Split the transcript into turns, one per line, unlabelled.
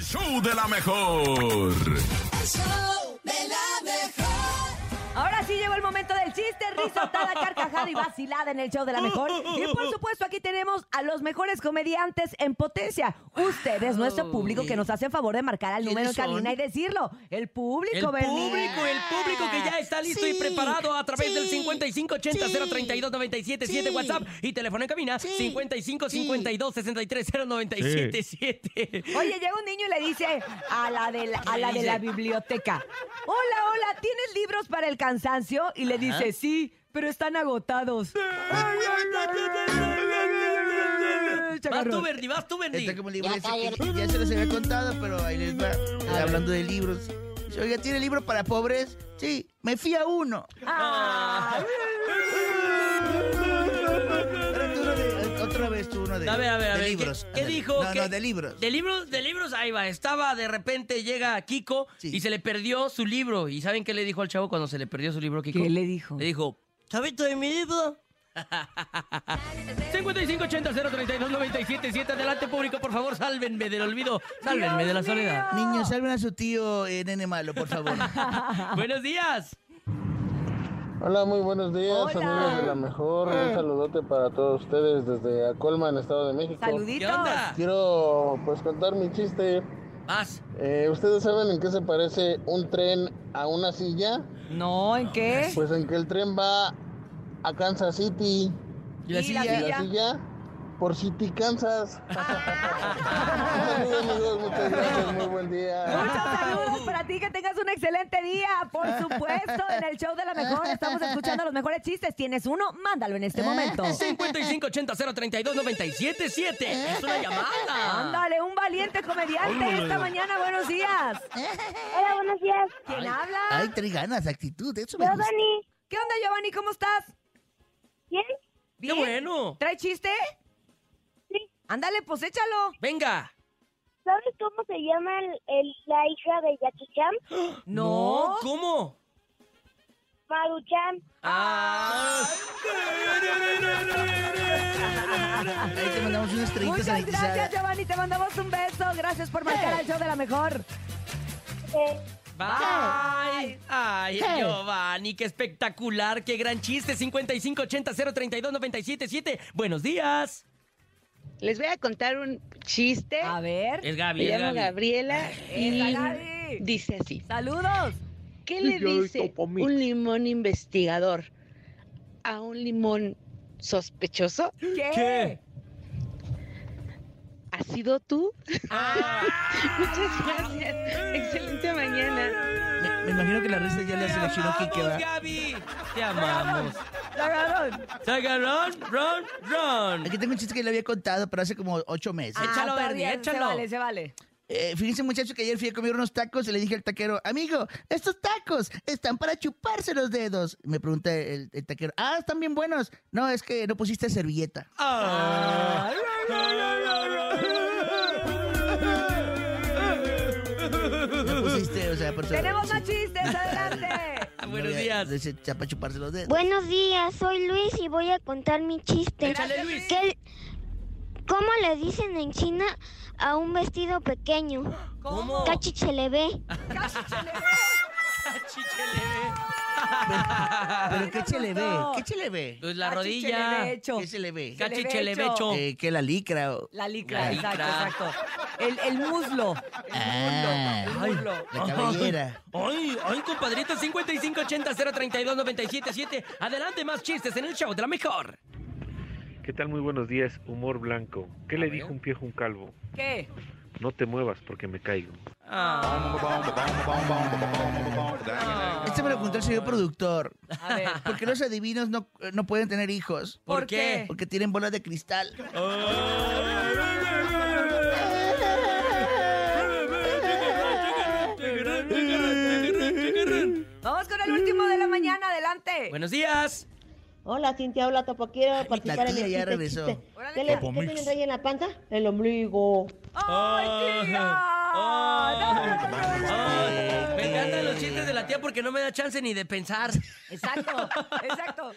show de la mejor.
Ahora sí llegó el momento del chiste, risotada, carcajada y vacilada en el show de la mejor. Y por supuesto, aquí tenemos a los mejores comediantes en potencia. Ustedes, nuestro público, que nos hacen favor de marcar al número en
¿Quiénes son?
cabina y decirlo. El público,
El
Bernie.
público, el público que ya está listo y
Sí,
preparado a través
sí,
del 5580 032 977
sí,
WhatsApp y teléfono en cabina
sí,
55 52 63 0977.
Oye, llega un niño y le dice a la de la, a la, de la biblioteca, hola, hola, ¿tienes libros para el cansancio? Y le dice, sí, pero están agotados.
Vas tú, Bernie, vas tú, Bernie.
Está como el libro, ya, se, ya se los había contado, pero ahí les va. Hablando de libros. Dice, Oiga, ¿tiene libro para pobres? Sí, me fía uno.
Ah,
Pero tú uno de- otra vez tú uno de,
A ver, a ver, a
de
ver. ¿qué-
libros.
¿Qué,
Ándale.
dijo?
No,
¿Qué-
no, de libros.
De libros, de libros, ahí va. Estaba, de repente llega Kiko
Sí.
y se le perdió su libro. ¿Y saben qué le dijo al chavo cuando se le perdió su libro, Kiko?
¿Qué le dijo?
Le dijo, ¿sabes de mi libro? 5580-032-977. Adelante, público, por favor, sálvenme del olvido. Sálvenme de la
Dios
soledad.
mío.
Niños, salven a su tío eh, Nene Malo, por favor.
Buenos días.
Hola, muy buenos días,
Hola.
amigos de la mejor. Un saludote para todos ustedes desde Acolman, Estado de México.
¿Qué
Saluditos.
onda?
Quiero pues contar mi chiste.
Más.
Eh, ¿Ustedes saben en qué se parece un tren a una silla?
No, ¿en qué?
Pues en que el tren va a Kansas City
Y la
Y la
silla.
y la
Ya.
silla por City Kansas.
Ah.
Saludos amigos, muchas gracias, muy buen día.
Muchos saludos para ti, que tengas un excelente día. Por supuesto, en el show de la mejor estamos escuchando los mejores chistes. ¿Tienes uno? Mándalo en este momento.
5580-032-977. Es una llamada.
Ándale, un valiente comediante esta mañana. Buenos días.
Hola, buenos días.
¿Quién habla?
Ay, trae ganas, actitud, eso me gusta.
Giovanni,
¿Qué onda, Giovanni? ¿Cómo estás?
¿quién?
¡Qué bueno!
¿Trae chiste?
Sí.
Ándale, pues échalo.
Venga.
¿Sabes cómo se llama el- el- la hija de Jackie Chan?
No.
¿Cómo?
Maruchan.
Ah.
Ahí te mandamos unas estrellitas
Muchas gracias,
sanitizadas.
Giovanni. Te mandamos un beso. Gracias por marcar al show de la mejor.
Eh,
Ah, Bye. Ay, Giovanni, qué espectacular, qué gran chiste. 5580-032-977. Buenos días.
Les voy a contar un chiste.
A ver.
Es Gaby,
Me
es
llamo
Gaby.
Gabriela
Esa,
y
Gaby.
dice así.
Saludos.
¿Qué le dice un limón investigador a un limón sospechoso?
¿Qué?
¿Qué?
¿Has sido tú?
Ah.
Ah.
Muchas gracias. Excelente mañana.
Me, me imagino que la risa ya
Te
le hace la Shiroki que
amamos,
va.
Gaby. Te amamos.
La agarraron.
Saca ron, ron, ron.
Aquí tengo un chiste que le había contado, pero hace como ocho meses.
Ah. Échalo,
todavía
Bernie, échalo.
Se vale, se vale.
Eh, fíjense, muchachos, que ayer fui a comer unos tacos y le dije al taquero, amigo, estos tacos están para chuparse los dedos. Me pregunta el, el taquero, ah, están bien buenos. No, es que no pusiste servilleta.
Ah.
No pusiste, o sea, por eso-
Tenemos
sí,
más chistes, adelante.
Ah,
no
Buenos
había-
días.
no se- para chuparse los dedos.
buenos días, soy Luis y voy a contar mi chiste.
Échale, Luis.
¿Qué- ¿Cómo le dicen en China a un vestido pequeño?
¿Cómo?
Cachi se le ve.
Ah,
Ah, Pero ¿qué se le ve?
No.
¿Qué se le ve?
Pues la
De
rodilla.
hecho.
¿Qué se le ve?
Cachi-
Cachiche le becho.
Eh, que la licra. o-
La licra,
La
exacto,
licra.
exacto. El, el muslo.
Ah,
El
ay,
muslo.
la cabellera.
Ay, ay, compadrito, 5580-032-977. Adelante, más chistes en el show de la mejor.
¿Qué tal? Muy buenos días, humor blanco. ¿Qué le
ver.
dijo un viejo a un calvo?
¿Qué?
No te muevas porque me caigo.
Este me lo contó el señor productor.
A ver.
¿Por qué los adivinos no, no pueden tener hijos?
¿Por qué?
Porque tienen bolas de cristal.
Vamos con el último de la mañana, adelante.
Buenos días.
Hola, Cintia, hola, Topo. Quiero participar en
tía
el
ya
chiste,
regresó.
chiste.
Órale,
¿Qué, le,
tía.
¿Qué tiene el rey en la panza? El ombligo.
¡Ay, tía!
Ah.
No, no, no, no, no.
Ay, me encantan los chistes de la tía porque no me da chance ni de pensar.
Exacto, exacto.